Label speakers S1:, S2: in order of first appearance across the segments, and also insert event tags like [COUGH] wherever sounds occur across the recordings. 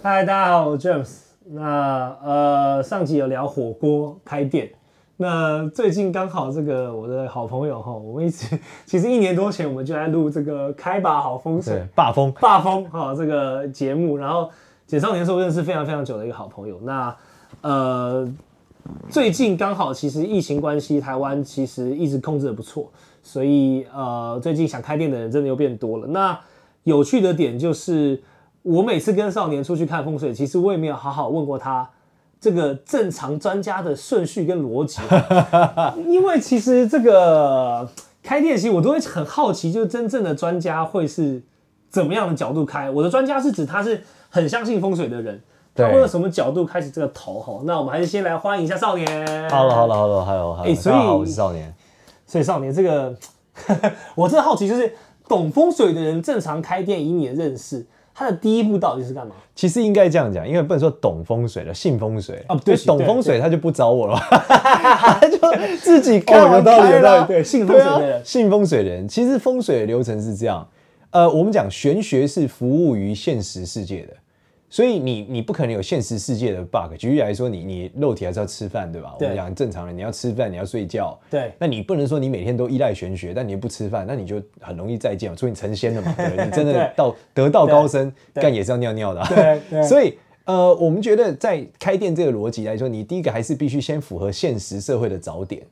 S1: 嗨，大家好，我 James。那呃，上集有聊火锅开店，那最近刚好这个我的好朋友哈，我们一起其实一年多前我们就在录这个开吧好风水
S2: 对，霸风 [LAUGHS]
S1: 霸风哈、这个节目，然后简少年是我认识非常非常久的一个好朋友。那呃，最近刚好其实疫情关系，台湾其实一直控制的不错，所以呃，最近想开店的人真的又变多了。那有趣的点就是，我每次跟少年出去看风水，其实我也没有好好问过他。这个正常专家的顺序跟逻辑，因为其实这个开店其实我都会很好奇，就是真正的专家会是怎么样的角度开。我的专家是指他是很相信风水的人，他
S2: 对
S1: 会用什么角度开始这个头哈？那我们还是先来欢迎一下少年。
S2: ，Hello，Hello，Hello，Hello，
S1: 哎
S2: Hello，
S1: 所以
S2: 大家好，我是少年。
S1: 所以少年这个， [LAUGHS] 我真的好奇，就是懂风水的人正常开店，以你的认识，他的第一步到底是干嘛？
S2: 其实应该这样讲，因为不能说懂风水了，信风水
S1: 哦对不起
S2: 因为懂风水他就不
S1: [LAUGHS]
S2: 找我了，他就自己
S1: 哦
S2: 看完
S1: 有道理
S2: 开
S1: 有道理
S2: 啦
S1: 对信风水的
S2: 对啊
S1: 人
S2: 信风水的人，其实风水的流程是这样，呃，我们讲玄学是服务于现实世界的。所以你你不可能有现实世界的 bug。举例来说，你你肉体还是要吃饭，对吧？
S1: 对
S2: 我们讲正常人，你要吃饭，你要睡觉，
S1: 对
S2: 那你不能说你每天都依赖玄学，但你又不吃饭，那你就很容易再见，除非你成仙了嘛，对不对？你真的
S1: [LAUGHS] 对
S2: 到得道高僧，
S1: 对
S2: 干也是要尿尿的、啊。
S1: [LAUGHS]
S2: [LAUGHS]
S1: 对对
S2: 所以呃，我们觉得在开店这个逻辑来说，你第一个还是必须先符合现实社会的早点。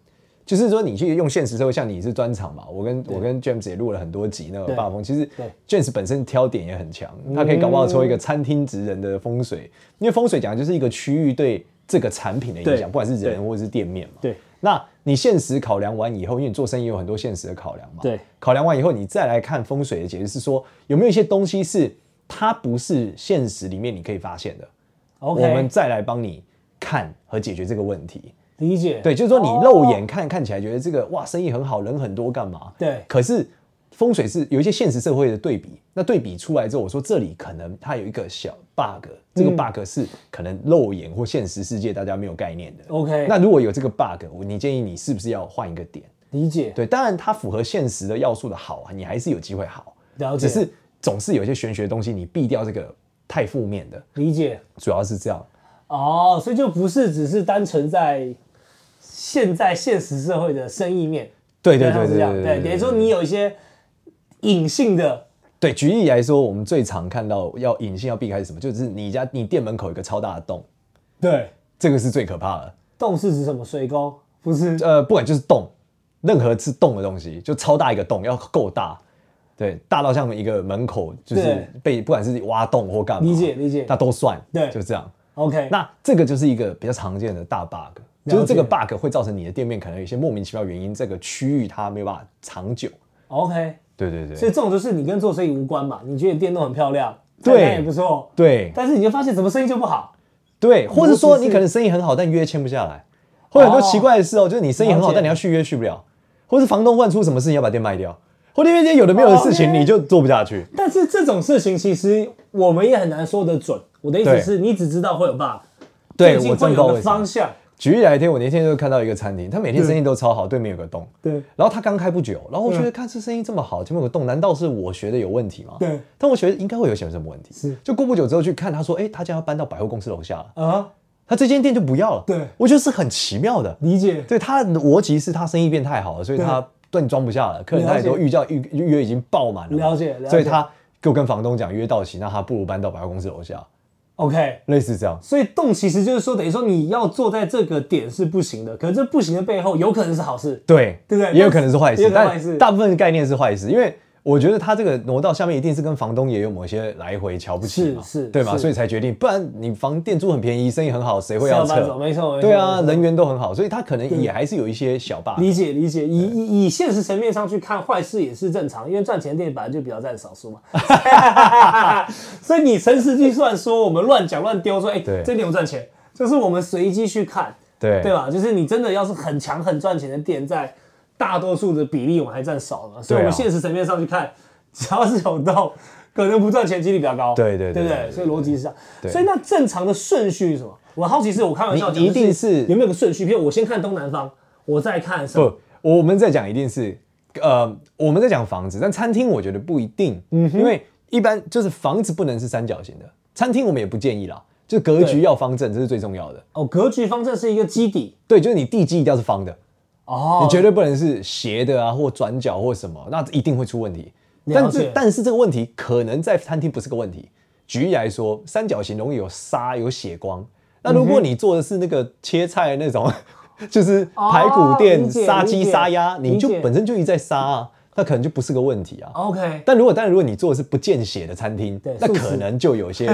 S2: 就是说，你去用现实社会，像你是专场嘛，我跟我跟 James 也录了很多集那个
S1: 对
S2: 霸风。其实
S1: 对
S2: James 本身挑点也很强，他可以搞不好抽一个餐厅职人的风水，因为风水讲的就是一个区域对这个产品的影
S1: 对
S2: 响，不管是
S1: 对
S2: 人或者是店面嘛。
S1: 对
S2: 那你现实考量完以后，因为你做生意有很多现实的考量嘛，
S1: 对，
S2: 考量完以后，你再来看风水的解释是说，有没有一些东西是它不是现实里面你可以发现的
S1: ，OK，
S2: 我们再来帮你看和解决这个问题。
S1: 理解。
S2: 对，就是说你肉眼看、看起来觉得这个哇生意很好，人很多干嘛？
S1: 对
S2: 可是风水是有一些现实社会的对比，那对比出来之后，我说这里可能它有一个小 bug，这
S1: 嗯
S2: 个 bug 是可能肉眼或现实世界大家没有概念的。
S1: OK，
S2: 那如果有这个 bug，我你建议你是不是要换一个点？
S1: 理解。
S2: 对，当然它符合现实的要素的好啊，你还是有机会好，
S1: 了解，
S2: 只是总是有一些玄学的东西，你避掉这个太负面的，
S1: 理解。
S2: 主要是这样。
S1: 哦，所以就不是只是单纯在现在现实社会的生意面，
S2: 对对对
S1: 是这
S2: 对
S1: 样
S2: 对
S1: 对，等于说你有一些隐性的
S2: 对，举例来说，我们最常看到要隐性要避开是什么？就是你家你店门口有一个超大的洞，
S1: 对
S2: 这个是最可怕的。
S1: 洞是指什么水沟，不是
S2: 呃，不管就是洞，任何是洞的东西，就超大一个洞，要够大，对，大到像一个门口，就是
S1: 对
S2: 被不管是挖洞或干嘛，
S1: 理解理解
S2: 那都算，
S1: 对
S2: 就这样。
S1: ？OK，
S2: 那这个就是一个比较常见的大 bug，
S1: 解
S2: 就是这个 bug 会造成你的店面可能有一些莫名其妙原因，这个区域它没有办法长久。
S1: OK，
S2: 对对
S1: 所
S2: 对，
S1: 以这种就是你跟做生意无关嘛，你觉得电动很漂亮，
S2: 对
S1: 菜单也不错，
S2: 对
S1: 但是你就发现怎么生意就不好，
S2: 对，或者
S1: 模
S2: 说
S1: 式是
S2: 你可能生意很好，但约签不下来，或者很多奇怪的事哦，就是你生意很
S1: 了
S2: 好，
S1: 解
S2: 但你要续约续不了，或是房东换出什么事情要把店卖掉，或者因为这些有的没有的事情
S1: 哦，OK
S2: 你就做不下去。
S1: 但是这种事情其实我们也很难说得准。我的意思
S2: 对
S1: 是你只知道会有 bug，
S2: 对
S1: 最近
S2: 我真
S1: 会
S2: 不知道
S1: 有
S2: 为
S1: 个
S2: 什
S1: 方
S2: 么。
S1: 向，
S2: 举例来听，我那天就看到一个餐厅，他每天生意都超好，对面有个洞，
S1: 对
S2: 然后他刚开不久，然后我
S1: 嗯
S2: 觉得看这生意这么好，前面有个洞，难道是我学的有问题吗？
S1: 对，
S2: 但我觉得应该会有些什么问题。
S1: 是
S2: 就过不久之后去看，他说，哎，他将要搬到百货公司楼下了，
S1: 啊，
S2: 他这间店就不要了。
S1: 对
S2: 我觉得是很奇妙的。
S1: 理解。
S2: 对，他的逻辑是他生意变太好了，所以他断装不下了，客人太多，
S1: 了解
S2: 预叫预预约已经爆满了嘛，
S1: 了解了解
S2: 所以他就跟房东讲约到期，那他不如搬到百货公司楼下，
S1: OK，
S2: 类似这样。
S1: 所以动其实就是说，等于说你要做在这个点是不行的，可是这不行的背后有可能是好事。
S2: 对，
S1: 对不对
S2: 也有可能是坏
S1: 也有
S2: 事，
S1: 可能坏事
S2: 但大部分概念是坏事，因为我觉得他这个挪到下面一定是跟房东也有某些来回瞧不起嘛，
S1: 是是
S2: 对嘛，
S1: 是
S2: 所以才决定，不然你房店租很便宜，生意很好，谁会
S1: 是
S2: 要
S1: 要搬走
S2: 撤？
S1: 没错没错
S2: 对啊，
S1: 没错
S2: 人员都很好，所以他可能也还是有一些小 bug。
S1: 理解理解，以以以现实层面上去看，坏事也是正常，因为赚钱的店本来就比较占少数嘛。
S2: [LAUGHS]
S1: 所以你诚实计算说，我们乱讲乱丢，说哎、
S2: 对
S1: 这点我赚钱，就是我们随机去看，
S2: 对
S1: 对吧？就是你真的要是很强很赚钱的店，在大多数的比例我们还占少了，所以我们
S2: 对啊
S1: 现实层面上去看，只要是有洞，可能不赚钱几率比较高。
S2: 对对
S1: 对
S2: 对
S1: 不
S2: 对
S1: 对，
S2: 对
S1: 所以逻辑是这样。
S2: 对
S1: 所以那正常的顺序是什么？我好奇是我开玩笑讲，
S2: 你一定是
S1: 有没有个顺序？譬如我先看东南方，我再看什么？
S2: 不，我们在讲一定是，呃，我们在讲房子，但餐厅我觉得不一定，因为一般就是房子不能是三角形的，餐厅我们也不建议啦，就格局
S1: 对
S2: 要方正，这是最重要的。
S1: 哦，格局方正是一个基底
S2: 对，就是你地基一定要是方的，
S1: 哦
S2: 你绝对不能是斜的啊，或转角或什么，那一定会出问题。但
S1: 了
S2: 是
S1: 解
S2: 但是这个问题可能在餐厅不是个问题。举例来说，三角形容易有沙有血光，那如果你做的是那个切菜那种， [LAUGHS] 就是排骨
S1: 哦
S2: 店
S1: 理解
S2: 杀鸡
S1: 理解
S2: 杀鸭，你就
S1: 理解
S2: 本身就一直在杀啊，那可能就不是个问题啊。
S1: OK，
S2: 但如果当然，如果你做的是不见血的餐厅
S1: 对，
S2: 那
S1: 素食
S2: 可能就
S1: [LAUGHS]
S2: 有些，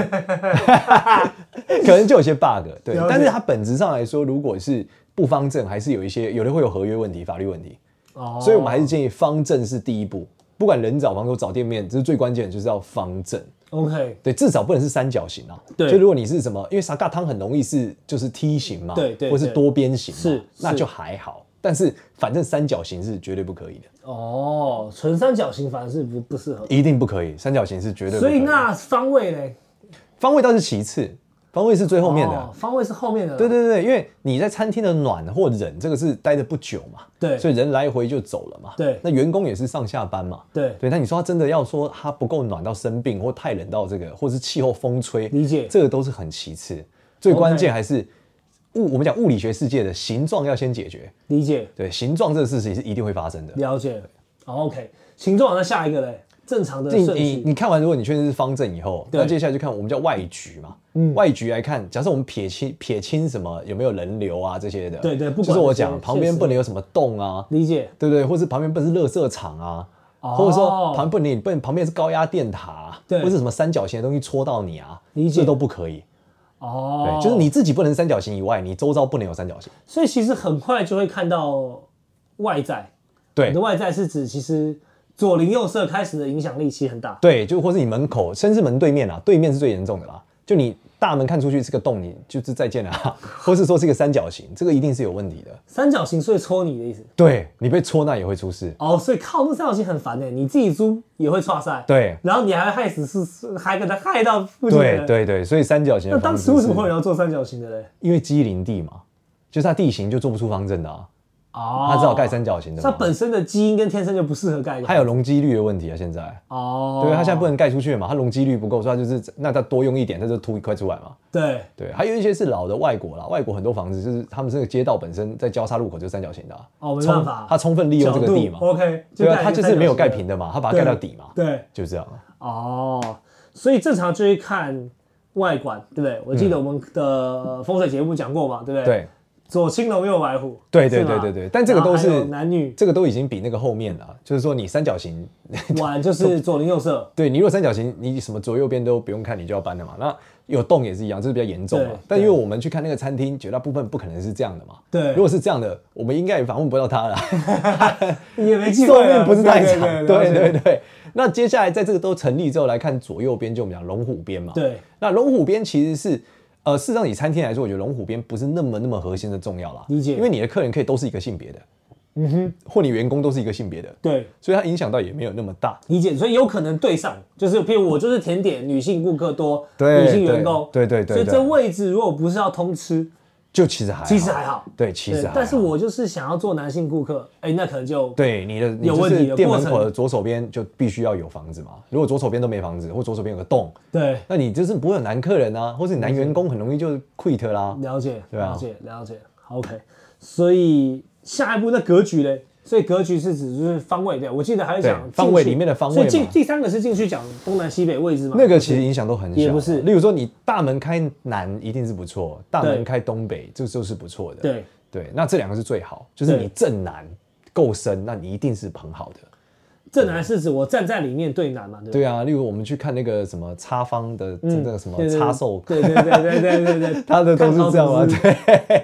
S2: 可能就有些 bug。对
S1: 了，解
S2: 但是它本质上来说，如果是不方正，还是有一些有的会有合约问题、法律问题，
S1: 哦，
S2: 所以我们还是建议方正是第一步。不管人找房头找店面，这是最关键的，就是要方正。
S1: OK，
S2: 对，至少不能是三角形啊。
S1: 对
S2: 就如果你是什么，因为沙嘎汤很容易是就是梯形嘛，
S1: 对对
S2: 或是
S1: 对
S2: 多边形嘛，
S1: 是
S2: 那
S1: 是
S2: 就还好。但是反正三角形是绝对不可以的，
S1: 哦，纯三角形反而是不不适合，
S2: 一定不可以，三角形是绝对不
S1: 所
S2: 可以
S1: 以
S2: 的。
S1: 那方位嘞，
S2: 方位倒是其次，方位是最后面的。
S1: 哦方位是后面的，
S2: 对对对，因为你在餐厅的暖或冷，这个是待的不久嘛，
S1: 对
S2: 所以人来回就走了嘛。
S1: 对
S2: 那员工也是上下班嘛。
S1: 对
S2: 对，那你说他真的要说他不够暖到生病，或太冷到这个，或是气候风吹，
S1: 理解
S2: 这个都是很其次，最关
S1: OK
S2: 键还是物我们讲物理学世界的形状要先解决。
S1: 理解
S2: 对，形状这个事情是一定会发生的。
S1: 了解、哦、，OK，形状那下一个嘞，正常的
S2: 你
S1: 顺
S2: 你
S1: 序，
S2: 你看完，如果你确定是方正以后，
S1: 对嗯
S2: 那接下来就看我们叫外局嘛。外局来看，假设我们撇清撇清什么有没有人流啊这些的，
S1: 对对不管
S2: 就是我
S1: 这
S2: 讲
S1: 些
S2: 旁边
S1: 确实
S2: 不能有什么洞啊，
S1: 理解
S2: 对不对？或是旁边不是垃圾场啊，
S1: 哦
S2: 或者说旁边不能不能旁边是高压电塔、啊，
S1: 对
S2: 或是什么三角形的东西戳到你啊，
S1: 理解
S2: 这都不可以。对，
S1: 哦，
S2: 就是你自己不能三角形以外，你周遭不能有三角形。
S1: 所以其实很快就会看到外在，
S2: 对
S1: 你的外在是指其实左邻右舍开始的影响力其实很大，
S2: 对，就或是你门口，甚至门对面啊，对面是最严重的啦。就你大门看出去是个洞，你就是再见了、啊， [LAUGHS] 或是说是个三角形，这个一定是有问题的。
S1: 三角形所以戳你的意思。
S2: 对你被戳那也会出事。
S1: 哦，所以靠那三角形很烦哎，你自己租也会岔赛，，
S2: 对
S1: 然后你还会害死是是还给他害到附近的人
S2: 对，对对，所以三角形的
S1: 那当
S2: 房
S1: 时
S2: 子
S1: 为什么会有
S2: 是
S1: 人要做三角形的嘞？
S2: 因为基林地嘛，就是它地形就做不出方正的啊，
S1: 哦
S2: 它只好盖，三角形的
S1: 它
S2: 嘛。
S1: 本身的基因跟天生就不适合盖，
S2: 还有容积率的问题啊，现在。
S1: 哦，
S2: 对，它现在不能盖出去嘛，它容积率不够，所以它就是那它多用一点，它就凸一块出来嘛。
S1: 对
S2: 对，还有一些是老的外国啦，外国很多房子就是他们这个街道本身在交叉路口就是三角形的、啊，
S1: 哦没
S2: 充
S1: 办法
S2: 它充分利用这个地嘛，
S1: 角度，OK，
S2: 对啊，
S1: 盖一个
S2: 它就是没有盖平
S1: 三角
S2: 的嘛，它把它
S1: 对
S2: 盖到底嘛
S1: 形，，对，
S2: 就这样啊。
S1: 哦，所以正常就是看外观，对不对？我记得我们的风水节目讲过嘛，对不对？，
S2: 对
S1: 左青龙右白虎，
S2: 对对
S1: 是
S2: 对
S1: 吗
S2: 对对，但这个都
S1: 然后还有
S2: 是
S1: 男
S2: [LAUGHS]
S1: 女
S2: 这个都已经比那个后面了，就是说你三角形，
S1: 晚就是左邻右舍，
S2: 对你如果三角形，你什么左右边都不用看，你就要搬了嘛。那有洞也是一样，这是比较严重嘛
S1: 对。
S2: 但因为我们去看那个餐厅，绝大部分不可能是这样的嘛。
S1: 对
S2: 如果是这样的，我们应该也访问不到
S1: [LAUGHS]
S2: 他了。
S1: 也没机会
S2: 寿
S1: 了，
S2: 命不是太
S1: 对
S2: 长，
S1: 对
S2: 对
S1: 对了解
S2: 对对。那接下来在这个都成立之后，来看左右边，就我们讲龙虎边嘛。
S1: 对，
S2: 那龙虎边其实是，呃，事实上以餐厅来说，我觉得龙虎边不是那么那么核心的重要啦。
S1: 理解
S2: 因为你的客人可以都是一个性别的，嗯哼，或你员工都是一个性别的，
S1: 对。
S2: 所以它影响到也没有那么大。
S1: 理解，所以有可能对上，就是譬如我就是甜点，女性顾客多，
S2: 对
S1: 女性员工，
S2: 对对对
S1: 所
S2: 对
S1: 以这位置如果不是要通吃，
S2: 就其实还好
S1: 其实还好
S2: 对，其实还
S1: 对
S2: 好
S1: 但是我就是想要做男性顾客，哎、那可能就
S2: 对你的你
S1: 有
S2: 就
S1: 问题
S2: 是
S1: 的
S2: 店门
S1: 过程
S2: 口的左手边就必须要有房子嘛。如果左手边都没房子，或左手边有个洞，
S1: 对
S2: 那你就是不会有男客人啊，或是你男员工很容易就 quit 啦。
S1: 了解，
S2: 对啊
S1: 了解，了解好，OK。所以下一步那格局嘞，所以格局是指就是方位对，我记得还有讲
S2: 对
S1: 进去
S2: 方位里面的方位嘛
S1: 所以进第三个是进去讲东南西北位置嘛，
S2: 那个其实影响都很小，
S1: 也不是
S2: 例如说你大门开南一定是不错，大门
S1: 对
S2: 开东北这就是不错的。
S1: 对
S2: 对，那这两个是最好，就是
S1: 对
S2: 你正南够深，那你一定是很好的。
S1: 正南是指我站在里面对南嘛，对不对？
S2: 对啊，例如我们去看那个什么插方的那个什
S1: 嗯
S2: 么
S1: 对对对
S2: 插售，
S1: 对对对对对对
S2: [LAUGHS]
S1: 对，
S2: 它的都是这样
S1: 看
S2: 嘛，
S1: 超
S2: 对，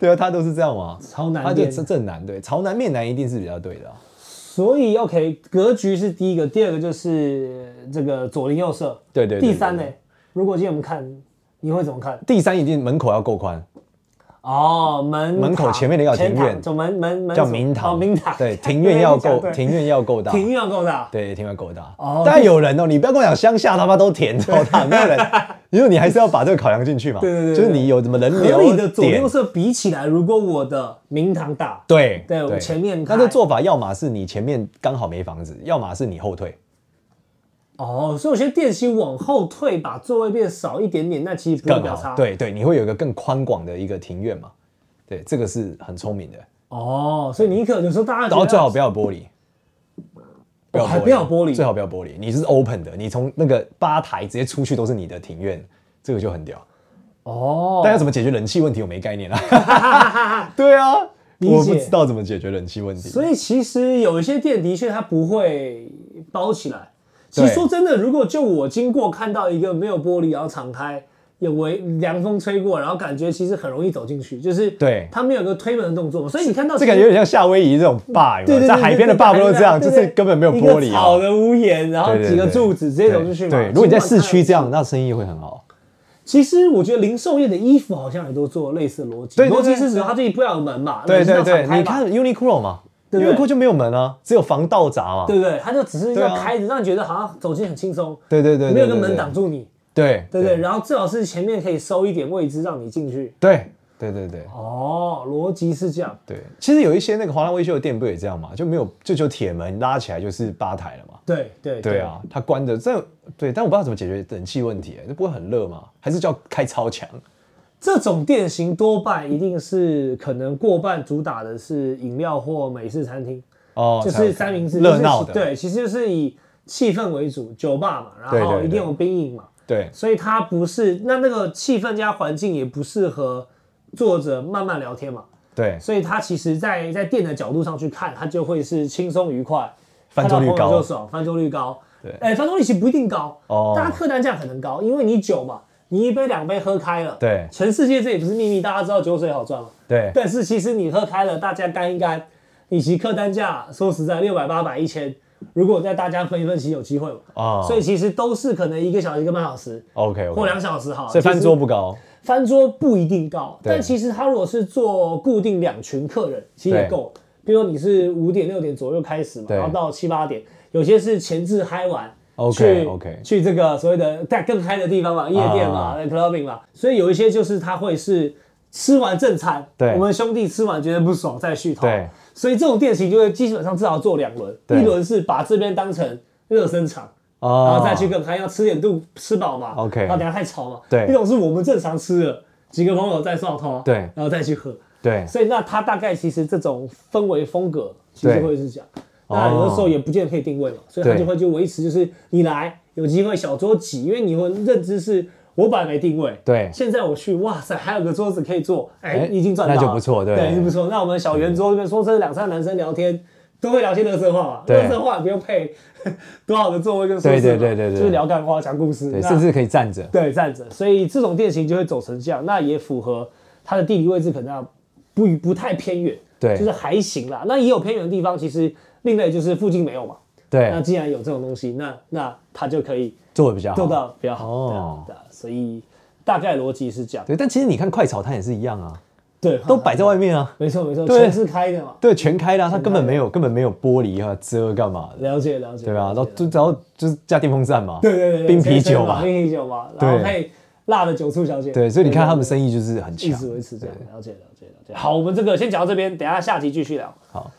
S2: [LAUGHS] 对啊，它都是这样嘛，
S1: 朝南
S2: 它就
S1: 面
S2: 正正南对，朝南面南一定是比较对的啊、
S1: 所以 OK，格局是第一个，第二个就是这个左邻右舍，
S2: 对对对对
S1: 第三呢
S2: 对，
S1: 如果今天我们看，你会怎么看？
S2: 第三一定门口要够宽，
S1: 哦，门
S2: 门口
S1: 堂
S2: 前面那个叫
S1: 前
S2: 庭院
S1: 堂就门门门
S2: 叫
S1: 什么
S2: 明堂，
S1: 哦，明堂 [LAUGHS]
S2: 对，庭院要够，庭院要够大，
S1: 庭院要够大，
S2: 对，庭院够大。
S1: 哦
S2: 当然有人哦，你不要跟我讲乡下他妈都田超大，
S1: [LAUGHS]
S2: 没有人，因为你还是要把这个考量进去嘛。
S1: 对对对对
S2: 就是你有什么人
S1: 合
S2: 流
S1: 理的左
S2: 点
S1: 右，舍比起来，如果我的明堂大，
S2: 对
S1: 对我前面开
S2: 那这做法要么是你前面刚好没房子，要么是你后退。
S1: 哦，所以有些店其实往后退，把座位变少一点点，那其实不会
S2: 更
S1: 秒
S2: 好。
S1: 差。，
S2: 对对，你会有一个更宽广的一个庭院嘛？对，这个是很聪明的。
S1: 哦，所以你可有时候大家
S2: 然
S1: 觉
S2: 后
S1: 得
S2: 最好不要有玻璃，不
S1: 哦还不要有玻璃
S2: 最好不要有玻璃。你是 open 的，你从那个吧台直接出去都是你的庭院，这个就很屌。
S1: 哦，
S2: 但要怎么解决人气问题，我没概念啊。
S1: [LAUGHS]
S2: 对啊，
S1: 理解
S2: 我不知道怎么解决人气问题。
S1: 所以其实有一些店的确它不会包起来。其实
S2: 对
S1: 说真的，如果就我经过看到一个没有玻璃，然后敞开，有微凉风吹过，然后感觉其实很容易走进去，就是
S2: 对
S1: 它没有一个推门的动作嘛。所以你看到
S2: 这感觉有点像夏威夷这种坝，有没
S1: 对
S2: 有
S1: 对对
S2: 在海边的坝不都这样，
S1: 对
S2: 就
S1: 对对
S2: 是根本没有玻
S1: 一
S2: 璃
S1: 个
S2: 啊
S1: 草。的屋檐，然后
S2: 对对
S1: 几个
S2: 对
S1: 柱子直接走出去嘛。
S2: 对，对如果你在市区这
S1: 尽管看得
S2: 样，
S1: 到，
S2: 那生意会很好。
S1: 其实我觉得零售业的衣服好像也都做类似的逻辑，
S2: 对对
S1: 逻
S2: 对
S1: 辑是指它自己不要有门嘛，
S2: 对对
S1: 门是要
S2: 对
S1: 敞，开
S2: 你
S1: 嘛
S2: 看 Uniqlo 嘛
S1: 对对
S2: ，Uniqlo 就没有门啊，只有防盗闸嘛。
S1: 对不对？它就只是
S2: 对
S1: 要
S2: 啊
S1: 开着，让你觉得好像走进很轻松，
S2: 对对对，对
S1: 没有一个
S2: 对
S1: 门
S2: 对
S1: 挡住你。
S2: 对
S1: 对不对？
S2: 对
S1: 然后最好是前面可以收一点位置让你进去。
S2: 对对对对
S1: 哦，逻辑是这样。
S2: 对，其实有一些那个华纳维修的店不也这样嘛，就没有就只有铁门拉起来就是吧台了嘛。
S1: 对对
S2: 对，啊，它关着，这对，但我不知道怎么解决冷气问题，这不会很热吗？还是叫开超强？
S1: 这种店型多半一定是可能过半主打的是饮料或美式餐厅，
S2: 哦，
S1: 就
S2: 才有
S1: 是三明治
S2: 热闹的，
S1: 就是对，其实就是以气氛为主，酒吧嘛，
S2: 对
S1: 然
S2: 对
S1: 后
S2: 对
S1: 一定有冰饮嘛，
S2: 对
S1: 所以它不是那那个气氛加环境也不适合坐着慢慢聊天嘛。
S2: 对，
S1: 所以它其实在在店的角度上去看，它就会是轻松愉快，
S2: 翻桌率
S1: 看到朋友
S2: 高
S1: 就爽，翻桌率高。
S2: 对
S1: 哎，翻桌率其实不一定高，
S2: 哦
S1: 大家客单价可能高，因为你酒嘛，你一杯两杯喝开了，
S2: 对
S1: 全世界这也不是秘密，大家知道酒水好赚嘛。
S2: 对
S1: 但是其实你喝开了，大家干一干，你其实客单价说实在六百八百一千，如果再大家分一分，其实有机会嘛。
S2: 哦
S1: 所以其实都是可能一个小时、一个半小时
S2: ，OK
S1: 或
S2: OK，
S1: 两小时好了，
S2: 所以翻
S1: 其实
S2: 桌不高，
S1: 翻桌不一定高，
S2: 对
S1: 但其实他如果是做固定两群客人，其实也
S2: 对
S1: 够。比如你是五点六点左右开始嘛，
S2: 对
S1: 然后到七八点，有些是前置嗨完。
S2: OK，
S1: 去
S2: OK
S1: 去这个所谓的 [LAUGHS] 在更嗨的地方嘛，夜店嘛、
S2: 啊
S1: c l u b b i n g 嘛，所以有一些就是他会是吃完正餐，
S2: 对
S1: 我们兄弟吃完觉得不爽再续头，
S2: 对，
S1: 所以这种店型就会基本上至少做两轮，
S2: 对
S1: 一轮是把这边当成热身场，然
S2: 哦
S1: 后再去更嗨，要吃点肚吃饱嘛。
S2: OK
S1: 然后等下太吵嘛。
S2: 对
S1: 一种是我们正常吃的，几个朋友在上头，
S2: 对
S1: 然后再去喝。
S2: 对
S1: 所以那它大概其实这种氛围风格其实
S2: 对哦
S1: 会是这样。那有的时候也不见得可以定位嘛，所以它
S2: 对
S1: 就会就维持就是你来有机会小桌挤，因为你会认知是我本来没定位。
S2: 对
S1: 现在我去，哇塞，还有个桌子可以坐，哎、
S2: 哎
S1: 已经赚到
S2: 那
S1: 了，
S2: 就不错对嗯
S1: 对，已经不错。那我们小圆桌这边说真的，两三个男生聊天都会聊些乐色话嘛，
S2: 对
S1: 乐色话也不用配 [LAUGHS] 多少的座位跟舒适嘛，
S2: 对对对对对
S1: 就是聊干话、讲故事，
S2: 对，
S1: 那
S2: 甚至可以站着，
S1: 对站着。所以这种店型就会走成这样，那也符合它的地理位置，可能要不不太偏远，
S2: 对
S1: 就是还行啦。那也有偏远的地方，其实另类就是附近没有嘛。那
S2: 对，
S1: 既然有这种东西，那那它就可以
S2: 做的比较
S1: 做
S2: 好。
S1: 到比较好。
S2: 哦
S1: 对啊，对啊所以大概逻辑是这样。
S2: 对，但其实你看快炒摊也是一样啊，
S1: 对，
S2: 都摆在外面啊，
S1: 没错没错，
S2: 对
S1: 全是开的嘛。
S2: 对，全开啊啦，它根本没有根本没有玻璃啊遮干嘛的，
S1: 了解了解，
S2: 对吧？
S1: 了
S2: 然
S1: 解
S2: 后就然后就是加电风扇嘛，
S1: 对对对，对
S2: 冰啤酒
S1: 嘛，
S2: 嘛，
S1: 冰啤酒嘛，然后
S2: 对
S1: 配辣的酒醋小姐。
S2: 对，所以你看他们
S1: 意
S2: 生意就是很
S1: 一
S2: 强
S1: 直。维持这样，了解了解了解。好，我们这个先讲到这边，等一下下集继续聊。
S2: 好，